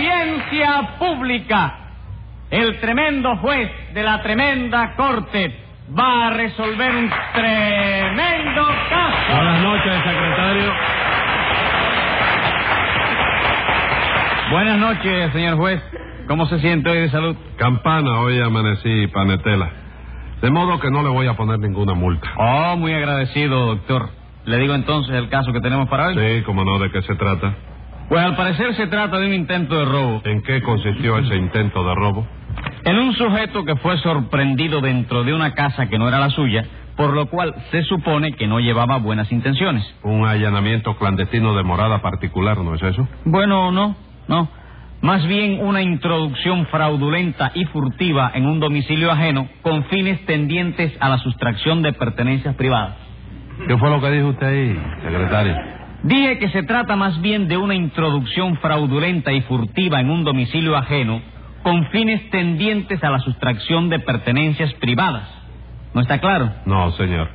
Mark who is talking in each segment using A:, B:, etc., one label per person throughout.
A: audiencia pública. El tremendo juez de la tremenda corte va a resolver un tremendo caso.
B: Buenas noches, secretario.
A: Buenas noches, señor juez. ¿Cómo se siente hoy de salud?
B: Campana, hoy amanecí panetela. De modo que no le voy a poner ninguna multa.
A: Oh, muy agradecido, doctor. Le digo entonces el caso que tenemos para hoy.
B: Sí, como no, ¿de qué se trata?
A: Pues al parecer se trata de un intento de robo.
B: ¿En qué consistió ese intento de robo?
A: En un sujeto que fue sorprendido dentro de una casa que no era la suya, por lo cual se supone que no llevaba buenas intenciones.
B: Un allanamiento clandestino de morada particular, ¿no es eso?
A: Bueno, no, no. Más bien una introducción fraudulenta y furtiva en un domicilio ajeno con fines tendientes a la sustracción de pertenencias privadas.
B: ¿Qué fue lo que dijo usted ahí, secretario?
A: Dije que se trata más bien de una introducción fraudulenta y furtiva en un domicilio ajeno con fines tendientes a la sustracción de pertenencias privadas. ¿No está claro?
B: No, señor.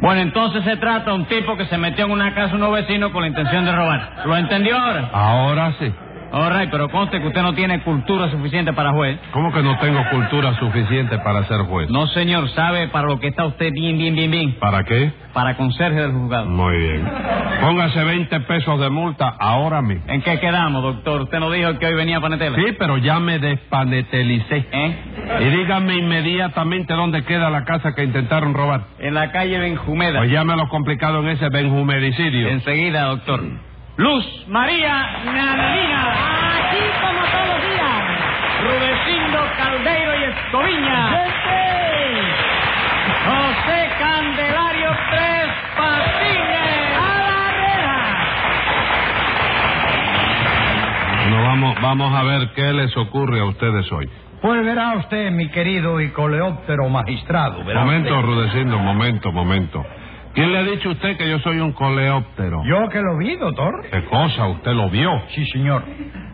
A: Bueno, entonces se trata de un tipo que se metió en una casa de unos vecinos con la intención de robar. ¿Lo entendió ahora?
B: Ahora sí.
A: All right, pero conste que usted no tiene cultura suficiente para juez.
B: ¿Cómo que no tengo cultura suficiente para ser juez?
A: No, señor, sabe para lo que está usted bien, bien, bien, bien.
B: ¿Para qué?
A: Para conserje del juzgado.
B: Muy bien. Póngase 20 pesos de multa ahora mismo.
A: ¿En qué quedamos, doctor? Usted nos dijo que hoy venía Panetela.
B: Sí, pero ya me despanetelicé.
A: ¿Eh?
B: Y dígame inmediatamente dónde queda la casa que intentaron robar.
A: En la calle Benjumeda.
B: Pues ya me lo complicado en ese benjumedicidio.
A: Enseguida, doctor. Luz María Nananina.
C: Aquí como todos los días.
A: Rudecindo Caldeiro y Escoviña. José Candelario Tres Patines.
B: No, vamos, vamos a ver qué les ocurre a ustedes hoy.
D: Pues verá usted, mi querido y coleóptero magistrado, verá
B: Momento,
D: usted.
B: Rudecindo, momento, momento. ¿Quién le ha dicho a usted que yo soy un coleóptero?
D: Yo que lo vi, doctor.
B: ¿Qué cosa? ¿Usted lo vio?
D: Sí, señor.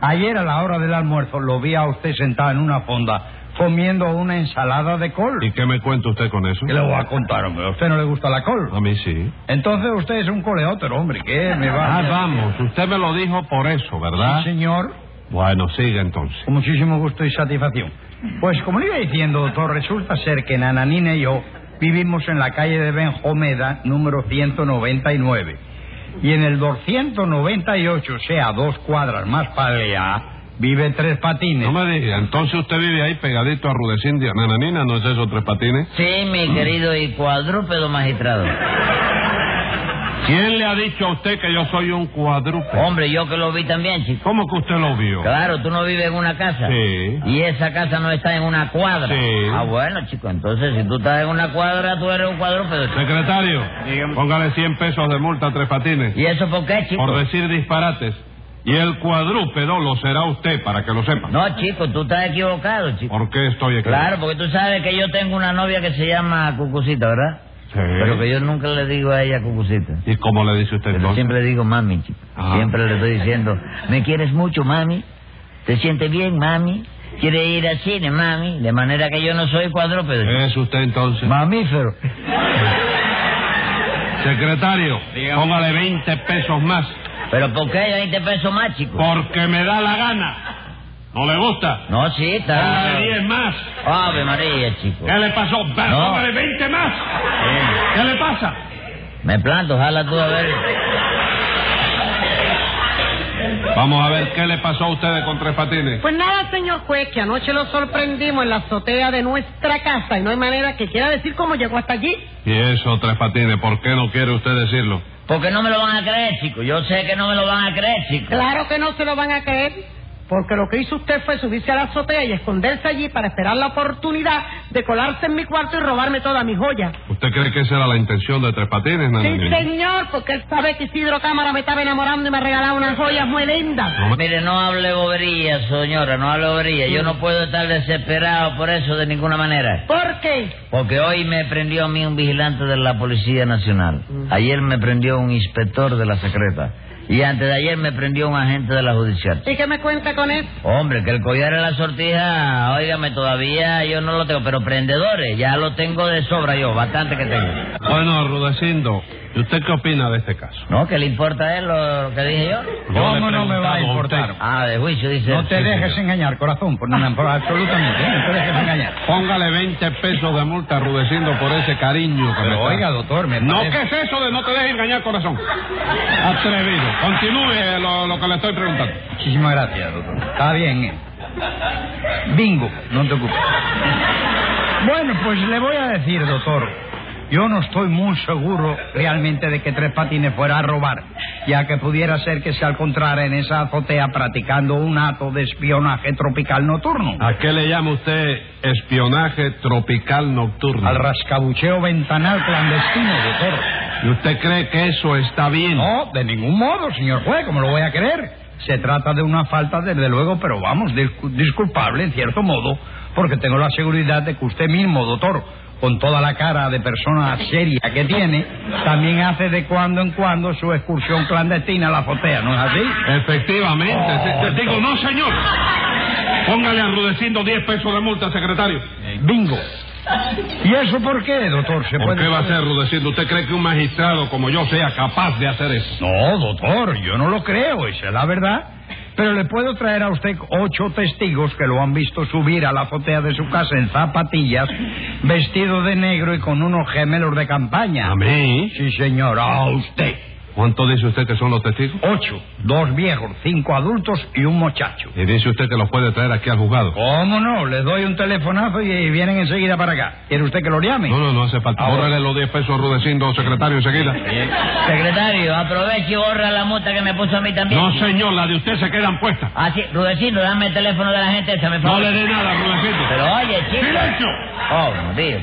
D: Ayer a la hora del almuerzo lo vi a usted sentado en una fonda comiendo una ensalada de col.
B: ¿Y qué me cuenta usted con eso?
D: ¿Qué le voy a contar, hombre? ¿A usted no le gusta la
B: A
D: col?
B: mí sí.
D: Entonces usted es un coleóptero, hombre. ¿Qué me va a
B: Ah,
D: decir?
B: vamos, usted me lo dijo por eso, ¿verdad?
D: Sí, señor.
B: Bueno, sigue entonces.
D: Con muchísimo gusto y satisfacción. Pues como le iba diciendo, doctor, resulta ser que Nananina y yo vivimos en la calle de Benjomeda, número 199. Y en el 298, o sea, dos cuadras más para allá, vive Tres Patines.
B: No me diga, entonces usted vive ahí pegadito a Rudecindo y a Nananina, ¿no es eso, Tres Patines? Ah.
E: Sí, mi querido y cuadrúpedo magistrado.
B: ¿Quién le ha dicho a usted que yo soy un cuadrúpedo?
E: Hombre, yo que lo vi también, chico.
B: ¿Cómo que usted lo vio?
E: Claro, tú no vives en una casa.
B: Sí.
E: Y esa casa no está en una cuadra.
B: Sí.
E: Ah, bueno, chico, entonces si tú estás en una cuadra, tú eres un cuadrúpedo. chico.
B: Secretario,
A: Dígame.
B: póngale 100 pesos de multa a Tres Patines.
E: ¿Y eso por qué, chico?
B: por decir disparates. Y el cuadrúpedo lo será usted, para que lo sepa.
E: No, chico, tú estás equivocado, chico.
B: ¿Por qué estoy aquí?
E: Claro, porque tú sabes que yo tengo una novia que se llama Cucucita, ¿verdad?
B: Sí.
E: Pero que yo nunca le digo a ella Cucucita.
B: ¿Y cómo le dice usted
E: Pero
B: entonces?
E: siempre le digo mami, chico.
B: Ah.
E: Siempre le estoy diciendo, ¿me quieres mucho, mami? ¿Te sientes bien, mami? ¿Quieres ir al cine, mami? De manera que yo no soy cuadrúpedo.
D: Eh.
E: chico.
B: ¿Es usted entonces?
E: Mamífero.
B: Secretario,
A: Dígame.
B: póngale 20 pesos más.
E: ¿Pero por qué 20 pesos más, chico?
D: Oh.
B: Porque me da la gana. ¿No le gusta?
E: No, sí, está...
B: Póngale 10 más.
E: Ave María, chico.
B: ¿Qué le pasó? Ve,
E: No.
B: Póngale 20 más. ¿Qué le pasa?
E: Me planto, jala tú a ver.
B: Vamos a ver qué le pasó a ustedes con Tres Patines.
C: Pues nada, señor juez, que anoche lo sorprendimos en la azotea de nuestra casa y no hay manera que quiera decir cómo llegó hasta allí.
B: Y eso, Tres Patines, ¿por qué no quiere usted decirlo?
E: Porque no me lo van a creer, chico. Yo sé que no me lo van a creer, chico.
C: Claro que no se lo van a creer, porque lo que hizo usted fue subirse a la azotea y esconderse allí para esperar la oportunidad de colarse en mi cuarto y robarme toda mi joya.
B: ¿Usted cree que esa era la intención de Tres Patines,
C: Sí,
B: Nananina?
C: señor, porque él sabe que Isidro Cámara me estaba enamorando y me regalaba unas joyas muy lindas.
B: No me-
E: Mire, no hable bobería, señora, no hable bobería. Yo
D: Mm.
E: no puedo estar desesperado por eso de ninguna manera.
C: ¿Por qué?
E: Porque hoy me prendió a mí un vigilante de la Policía Nacional.
D: Mm.
E: Ayer me prendió un inspector de la Secreta. Y antes de ayer me prendió un agente de la Judicial.
C: ¿Y qué me cuenta con eso?
E: Hombre, que el collar en la sortija, óigame, todavía yo no lo tengo, pero prendedores, ya lo tengo de sobra yo, bastante que tengo.
B: Bueno, Rudecindo, ¿y usted qué opina de este caso?
E: No, ¿qué le importa a él lo, lo que dije yo?
B: Yo le he
D: ¿Cómo no me va a
B: preguntado
D: importar?
B: usted,
E: Ah, de juicio, dice.
D: No te
E: Sí,
D: dejes
E: señor.
D: engañar, corazón, por, nada, por absolutamente, ¿eh? no te dejes engañar.
B: Póngale 20 pesos de multa arrudeciendo por ese cariño que me
D: Pero
B: está-
D: oiga, doctor, me
B: No,
D: parece-
B: ¿qué es eso de no te dejes engañar, corazón? Atrevido. Continúe eh, lo, lo que le estoy preguntando.
D: Muchísimas gracias, doctor. Está bien. ¿eh? Bingo, no te ocupes. Bueno, pues le voy a decir, doctor. Yo no estoy muy seguro realmente de que Tres Patines fuera a robar, ya que pudiera ser que se encontrara en esa azotea practicando un acto de espionaje tropical nocturno.
B: ¿A qué le llama usted espionaje tropical nocturno?
D: Al rascabucheo ventanal clandestino, doctor.
B: ¿Y usted cree que eso está bien?
D: No, de ningún modo, señor juez, ¿cómo lo voy a creer? Se trata de una falta, desde luego, pero vamos, discu- disculpable en cierto modo, porque tengo la seguridad de que usted mismo, doctor, con toda la cara de persona seria que tiene, también hace de cuando en cuando su excursión clandestina a la azotea, ¿no es así?
B: Efectivamente.
D: Oh,
B: sí, te
D: no.
B: digo, no, señor. Póngale arrudeciendo 10 pesos de multa, secretario.
D: Bingo. ¿Y eso por qué, doctor? ¿Se
B: ¿Por
D: puede
B: qué va a ser
D: saber?
B: arrudeciendo? ¿Usted cree que un magistrado como yo sea capaz de hacer eso?
D: No, doctor, yo no lo creo, esa es la verdad. Pero le puedo traer a usted ocho testigos que lo han visto subir a la azotea de su casa en zapatillas, vestido de negro y con unos gemelos de campaña.
B: ¿A mí?
D: Sí, señor, a usted.
B: ¿Cuánto dice usted que son los testigos?
D: Ocho, dos viejos, cinco adultos y un muchacho.
B: Y dice usted que los puede traer aquí al juzgado.
D: ¿Cómo no? Le doy un telefonazo y, y vienen enseguida para acá. ¿Quiere usted que lo llame?
B: No, no, no hace falta.
D: Ahora.
B: Bórrele los 10 pesos arrudeciendo, secretario, enseguida.
E: Secretario, aproveche y borra la multa que me puso a mí también.
B: No, señor, la de usted se quedan puestas.
E: Así, Rudecindo, Ah, dame el teléfono de la gente esa, me
B: No
E: favor.
B: le dé nada, Rudecindo.
E: Pero oye, chico.
B: ¡Silencio!
E: Oh, Dios.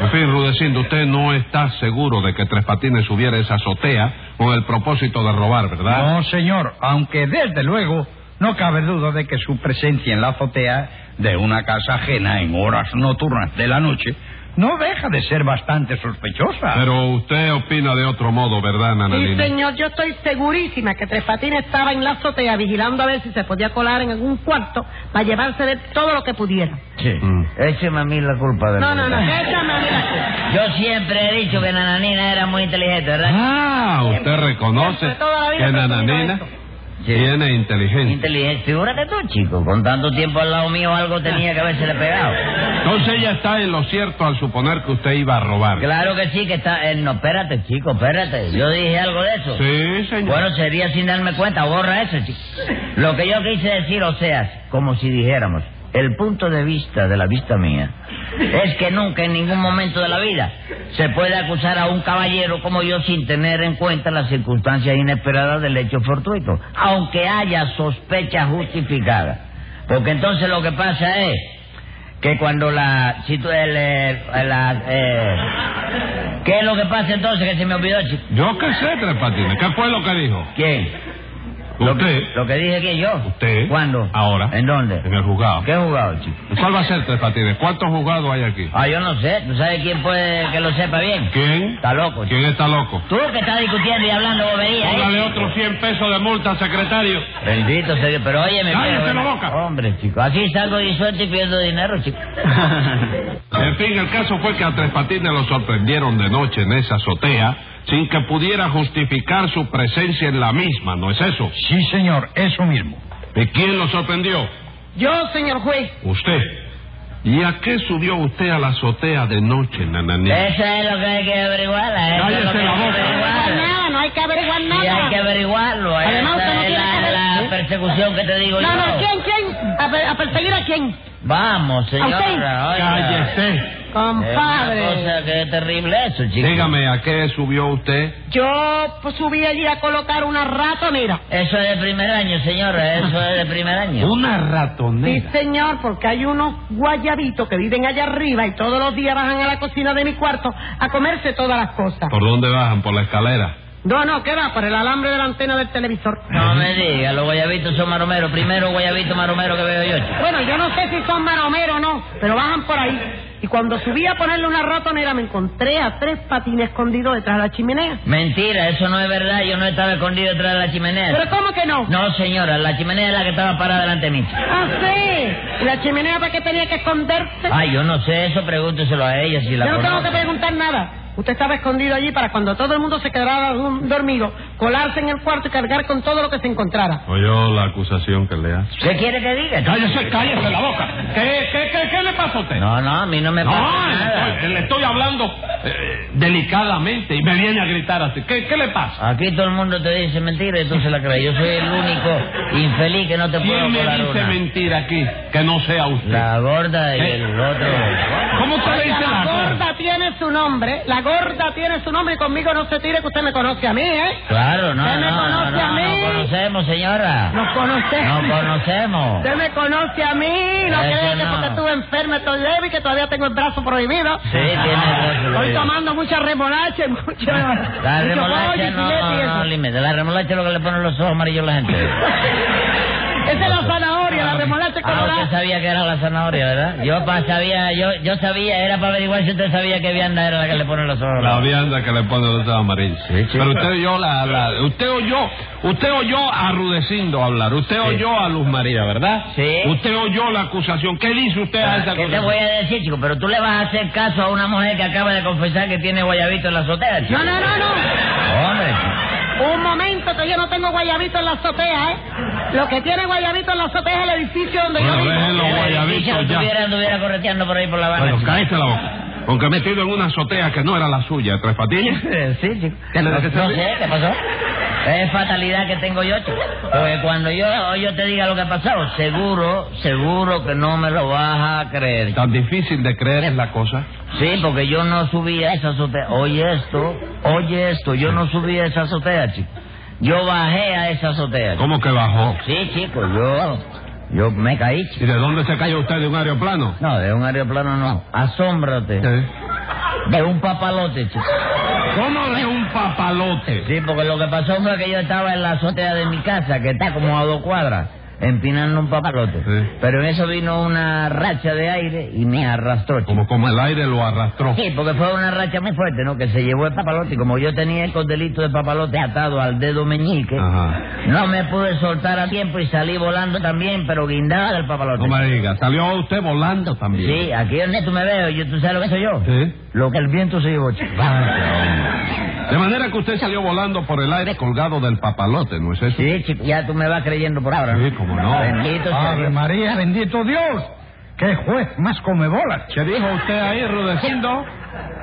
B: En fin, Rudecindo, usted no está seguro de que Tres Patines subiera esa azotea con el propósito de robar, ¿verdad?
D: No, señor, aunque desde luego no cabe duda de que su presencia en la azotea de una casa ajena en horas nocturnas de la noche no deja de ser bastante sospechosa.
B: Pero usted opina de otro modo, ¿verdad,
C: Sí,
B: Nananina?
C: señor, yo estoy segurísima que Tres Patines estaba en la azotea vigilando a ver si se podía colar en algún cuarto para llevarse de todo lo que pudiera.
E: Sí.
B: Mm.
E: Écheme a mí la culpa de
C: No, no, no, échame a mí la culpa.
E: Yo siempre he dicho que Nananina era muy inteligente, ¿verdad?
B: Ah, usted reconoce
C: Siempre, toda la vida
B: que
C: he presumido
B: Nananina
C: esto.
B: tiene inteligencia.
E: Inteligente. Figúrate tú, chico. Con tanto tiempo al lado mío algo tenía que haberse le pegado.
B: Entonces ella está en lo cierto al suponer que usted iba a robar.
E: Claro que sí, que está... eh, no, espérate, chico, espérate. Yo dije algo de eso.
B: Sí, señor.
E: Bueno, sería sin darme cuenta, borra eso, chico. Lo que yo quise decir, o sea, como si dijéramos, el punto de vista de la vista mía es que nunca en ningún momento de la vida se puede acusar a un caballero como yo sin tener en cuenta las circunstancias inesperadas del hecho fortuito, aunque haya sospecha justificada. Porque entonces lo que pasa es que cuando la... Si tú- el, eh, la eh, ¿Qué es lo que pasa entonces que se me olvidó, chico?
B: Yo qué sé, Tres Patines. ¿Qué fue lo que dijo?
E: ¿Quién? Lo
B: Usted.
E: que, lo que dije que yo.
B: Usted.
E: ¿Cuándo?
B: Ahora.
E: ¿En dónde?
B: En el juzgado.
E: ¿Qué juzgado, chico?
B: ¿Cuál va a ser, Tres Patines? ¿Cuántos juzgados hay aquí?
E: Ah, yo no sé. ¿Tú sabes quién puede que lo sepa bien?
B: ¿Quién?
E: Está loco, chico.
B: ¿Quién está loco?
E: Tú que estás discutiendo y hablando bobería, ¿eh?
B: Póngale otros 100 pesos de multa, secretario.
E: Bendito sea Dios, pero óyeme...
B: ¡Cállese
E: viejo,
B: la
E: ¿verdad?
B: boca!
E: Hombre, chico, así salgo disuelto y pierdo dinero, chico.
B: En fin, el caso fue que a Tres Patines lo sorprendieron de noche en esa azotea sin que pudiera justificar su presencia en la misma, ¿no es eso?
D: Sí, señor, eso mismo.
B: ¿Y quién lo sorprendió?
C: Yo, señor juez,
B: Usted. ¿Y a qué subió usted a la azotea de noche, nananina?
E: Eso es lo que hay que averiguarla, ¿eh?
B: Cállese
E: Eso es lo que
B: la
E: hay que
B: boca.
E: averiguarla.
C: nada, no hay que averiguar nada.
E: Y hay que averiguarlo, ¿eh?
C: Además, usted
E: Esa
C: no
E: es
C: tiene
E: la,
C: que
E: la
C: ver-
E: persecución que te digo
C: No,
E: yo.
C: no, ¿quién, quién? ¿A, per- a perseguir a quién?
E: Vamos, señora.
C: usted?
E: oiga.
B: Cállese.
E: Es
C: Compadre.
E: una cosa que es terrible eso, chico.
B: Dígame, ¿a qué subió usted?
C: Yo pues, subí allí a colocar una ratonera.
E: Eso es de primer año, señora, eso es de primer año.
B: Una
C: Sí,
B: ratonera.
C: señor, porque hay unos guayabitos que viven allá arriba y todos los días bajan a la cocina de mi cuarto a comerse todas las cosas.
B: ¿Por dónde bajan? ¿Por la escalera?
C: No, no, ¿qué va? Por el alambre de la antena del televisor.
E: No me diga, los guayabitos son maromeros. Primero guayabito maromero que veo yo. chico.
C: Bueno, yo no sé si son maromeros o no, pero bajan por ahí. Y cuando subí a ponerle una ratonera me encontré a tres patines escondidos detrás de la chimenea.
E: Mentira, eso no es verdad. Yo no estaba escondido detrás de la
C: ¿Pero
E: chimenea.
C: cómo que no?
E: No, señora, la chimenea es la que estaba parada delante de mí.
C: Ah, sí. ¿Y la chimenea para qué tenía que esconderse?
E: Ay, yo no sé eso, pregúnteselo a ella si la
C: Yo no tengo que
E: conoce.
C: preguntar nada. Usted estaba escondido allí para cuando todo el mundo se quedara dorm- dormido. colarse en el cuarto y cargar con todo lo que se encontrara.
B: Oyó la acusación que le hace.
E: ¿Qué quiere que diga?
B: Cállese, cállese la boca. ¿Qué, qué, qué, qué le pasa a usted?
E: No, no, a mí no me pasa
B: No, le
E: nada.
B: estoy, le estoy hablando eh, delicadamente y me viene a gritar así. ¿Qué, qué le pasa?
E: Aquí todo el mundo te dice mentira y tú se la crees. Yo soy el único infeliz que no te puedo
B: ¿Quién me
E: colar
B: dice
E: una.
B: mentira aquí? Que no sea usted.
E: La gorda y
B: ¿Eh?
E: el otro.
B: ¿Cómo usted le dice la
C: La
B: gorda?
C: gorda tiene su nombre, la gorda tiene su nombre y conmigo no se tire que usted me conoce a mí, ¿eh?
E: Claro, no,
C: Usted me
E: no, no, no,
C: conoce a mí.
E: no conocemos, señora.
C: Nos conocemos.
E: No conocemos.
C: Usted me conoce a mí, no
E: Eso
C: cree que
E: no.
C: porque estuve enferma estoy débil, que todavía tengo el brazo prohibido.
E: Sí, tiene razón.
C: Estoy tomando mucha remolacha y mucho...
E: La
C: mucho pollo
E: remolacha
C: y
E: no,
C: filete y
E: no,
C: eso. Este
E: no, limita. La remolacha es lo que le ponen los ojos amarillos a la gente.
C: Esa es la zanahoria, la remolacha
E: Ah, usted
C: colorada.
E: sabía que era la zanahoria, ¿verdad? Yo pa- sabía, yo, yo sabía, era para averiguar si usted sabía que vianda era la que le ponen los ojos.
B: La vianda que le pone los ojos amarillos.
E: Sí, sí.
B: Pero usted oyó la, la- usted oyó, usted oyó a Rudecindo hablar, usted oyó a Luz María, ¿verdad?
E: Sí.
B: Usted oyó la acusación. ¿Qué dice usted a esa
E: Ah, ¿Qué te
B: acusación?
E: voy a decir, chico? Pero tú le vas a hacer caso a una mujer que acaba de confesar que tiene guayabito en la azotea, chico.
C: No, no, no, no.
E: Hombre, chico.
C: Un momento, que yo no tengo guayabito en la azotea, ¿eh? Lo que tiene guayabito en la azotea es el edificio donde yo
B: Bueno,
C: vivo.
B: déjenlo,
E: Si el
B: guayabitos,
E: edificio
B: ya.
E: estuviera- anduviera correteando por ahí por la barra.
B: Bueno, cállese la boca. Porque metido en una azotea que no era la suya, Tres Patines.
E: sí, chico.
B: ¿Qué le
E: no,
B: dijiste?
E: no sé, ¿qué pasó? Es fatalidad que tengo yo, chico. Porque cuando yo, yo te diga lo que ha pasado, seguro, seguro que no me lo vas a creer.
B: Tan difícil de creer es la cosa.
E: Sí, porque yo no subí a esa azotea. Oye esto, oye esto, yo no subí a esa azotea, chico. Yo bajé a esa azotea. chico.
B: ¿Cómo que bajó?
E: Sí, chico, yo, yo me caí, chico.
B: ¿Y de dónde se cayó usted de un aeroplano?
E: No, de un aeroplano no. Asómbrate. De un papalote, chico.
B: ¿Cómo de un papalote?
E: Sí, porque lo que pasó fue que yo estaba en la azotea de mi casa, que está como a dos cuadras, empinando un papalote.
B: Sí.
E: Pero en eso vino una racha de aire y me arrastró, chico.
B: Como, como el aire lo arrastró.
E: Sí, porque fue una racha muy fuerte, ¿no? Que se llevó el papalote y como yo tenía el cordelito de papalote atado al dedo meñique,
B: Ah. Ajá.
E: no me pude soltar a tiempo y salí volando también, pero guindada del papalote.
B: No me diga, salió usted volando también.
E: Sí, aquí donde tú me veo, yo, ¿tú sabes lo que soy yo?
B: Sí. Ah,
E: Lo que el viento se llevó, chico.
B: De manera que usted salió volando por el aire colgado del papalote, ¿no es eso?
E: Sí, chico, ya tú me vas creyendo por ahora. ¿no?
B: Sí, cómo no. Ah,
E: Bendito sea
D: Ave
E: Dios.
D: María, bendito Dios. ¡Qué juez más come bolas!
B: ¿Qué dijo usted ahí, Rudecindo?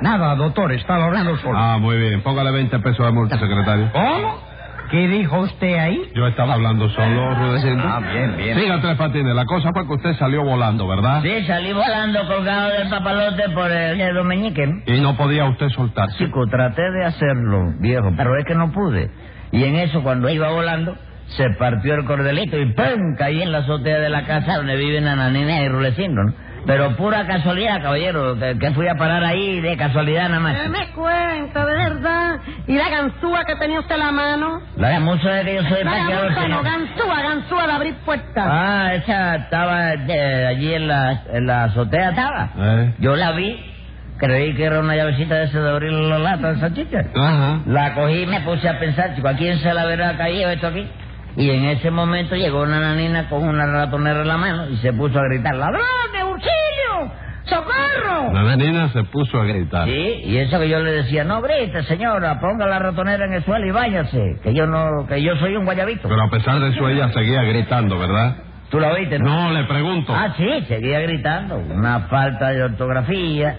D: Nada, doctor, está hablando solo.
B: Ah, muy bien. Póngale 20 pesos de multa, secretario.
E: Oh.
D: ¿Cómo? ¿Qué dijo usted ahí?
B: Yo estaba hablando solo, Rudecindo.
D: Ah, bien, bien.
B: Diga, Tres Patines, la cosa fue que usted salió volando, ¿verdad?
E: Sí, salí volando colgado del papalote por el dedo meñique. ¿no?
B: Y no podía usted soltarse.
E: Chico, traté de hacerlo, viejo, pero es que no pude. Y en eso, cuando iba volando, se partió el cordelito y ¡pum! caí en la azotea de la casa donde viven Ananina y Rulecindo, ¿no? Pero pura casualidad, caballero, que, que fui a parar ahí de casualidad nada más.
C: Eh, me cuenta, de verdad. Y la ganzúa que tenía usted en la mano.
E: La gamuza de que yo soy
C: La
E: paseador,
C: ganzúa, no,
E: señor.
C: ganzúa, ganzúa de abrir puertas.
E: Ah, esa estaba eh, allí en la, en la azotea, estaba.
B: ¿Eh?
E: Yo la vi, creí que era una llavecita de ese de abrir la lata de salchicha.
B: Ajá.
E: La cogí y me puse a pensar, chico, ¿a quién se la habrá caído esto aquí? Y en ese momento llegó una nanina con una ratonera en la mano y se puso a gritar, ¡Ladrones, auxilio! ¡Socorro!
B: La menina se puso a gritar.
E: Sí, y eso que yo le decía, no grite, señora, ponga la ratonera en el suelo y váyase, que yo no, que yo soy un guayabito.
B: Pero a pesar de eso, ella seguía gritando, ¿verdad?
E: ¿Tú la oíste, no?
B: No, le pregunto.
E: Ah, sí, seguía gritando. Una falta de ortografía,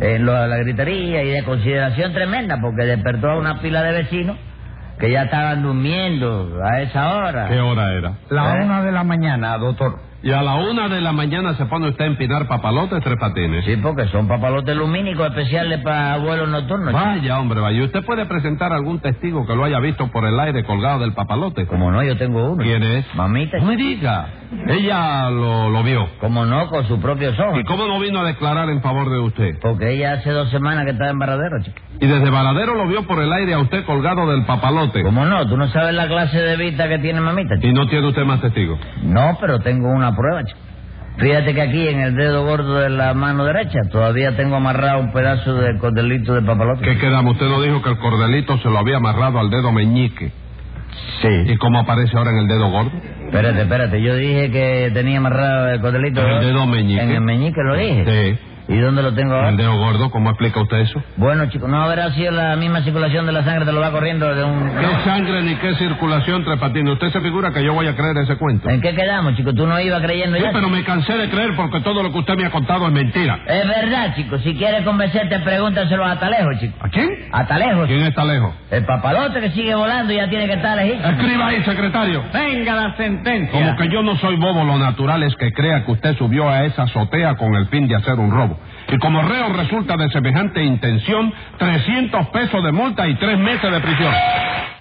E: en lo de la gritería y de consideración tremenda, porque despertó a una pila de vecinos que ya estaban durmiendo a esa hora.
B: ¿Qué hora era?
D: La
E: ¿Eh?
D: una de la mañana, doctor.
B: Y a la una de la mañana se pone usted a empinar papalotes, Tres Patines.
E: Sí, porque son papalotes lumínicos especiales para vuelos nocturnos. chico.
B: Vaya, hombre, vaya. ¿Usted puede presentar algún testigo que lo haya visto por el aire colgado del papalote?
E: Como no, yo tengo uno.
B: ¿Quién es?
E: Mamita.
B: No me diga. Ella lo, lo vio.
E: Como no, con sus propios ojos.
B: ¿Y cómo no vino a declarar en favor de usted?
E: Porque ella hace dos semanas que estaba en Baradero, chico.
B: Y desde Varadero lo vio por el aire a usted colgado del papalote.
E: Como no, tú no sabes la clase de vista que tiene mamita, chico.
B: Y no tiene usted más testigos.
E: No, pero tengo una prueba, chico. Fíjate que aquí en el dedo gordo de la mano derecha todavía tengo amarrado un pedazo de cordelito de papalote.
B: ¿Qué quedamos? Usted no dijo que el cordelito se lo había amarrado al dedo meñique.
E: Sí.
B: ¿Y cómo aparece ahora en el dedo gordo?
E: Espérate, espérate. Yo dije que tenía amarrado el cordelito.
B: En el dedo meñique.
E: En el meñique lo dije.
B: Sí.
E: ¿Y dónde lo tengo ahora?
B: ¿El dedo gordo? ¿Cómo explica usted eso?
E: Bueno, chico, ¿no habrá sido la misma circulación de la sangre te lo va corriendo de un...
B: ¿Qué sangre ni qué circulación, Tres Patines? ¿Usted se figura que yo voy a creer ese cuento?
E: ¿En qué quedamos, chico? ¿Tú no ibas creyendo
B: Sí,
E: ya?
B: pero me cansé de creer porque todo lo que usted me ha contado es mentira.
E: Es verdad, chico. Si quieres convencerte, pregúntaselo a Talejo, chico.
B: ¿A quién?
E: A Talejo.
B: ¿Quién está lejos?
E: El papalote que sigue volando ya tiene que estar lejito.
B: Escriba ahí, secretario.
A: Venga la sentencia.
B: Como que yo no soy bobo, lo natural es que crea que usted subió a esa azotea con el fin de hacer un robo. Y como reo resulta de semejante intención, 300 pesos de multa y tres meses de prisión.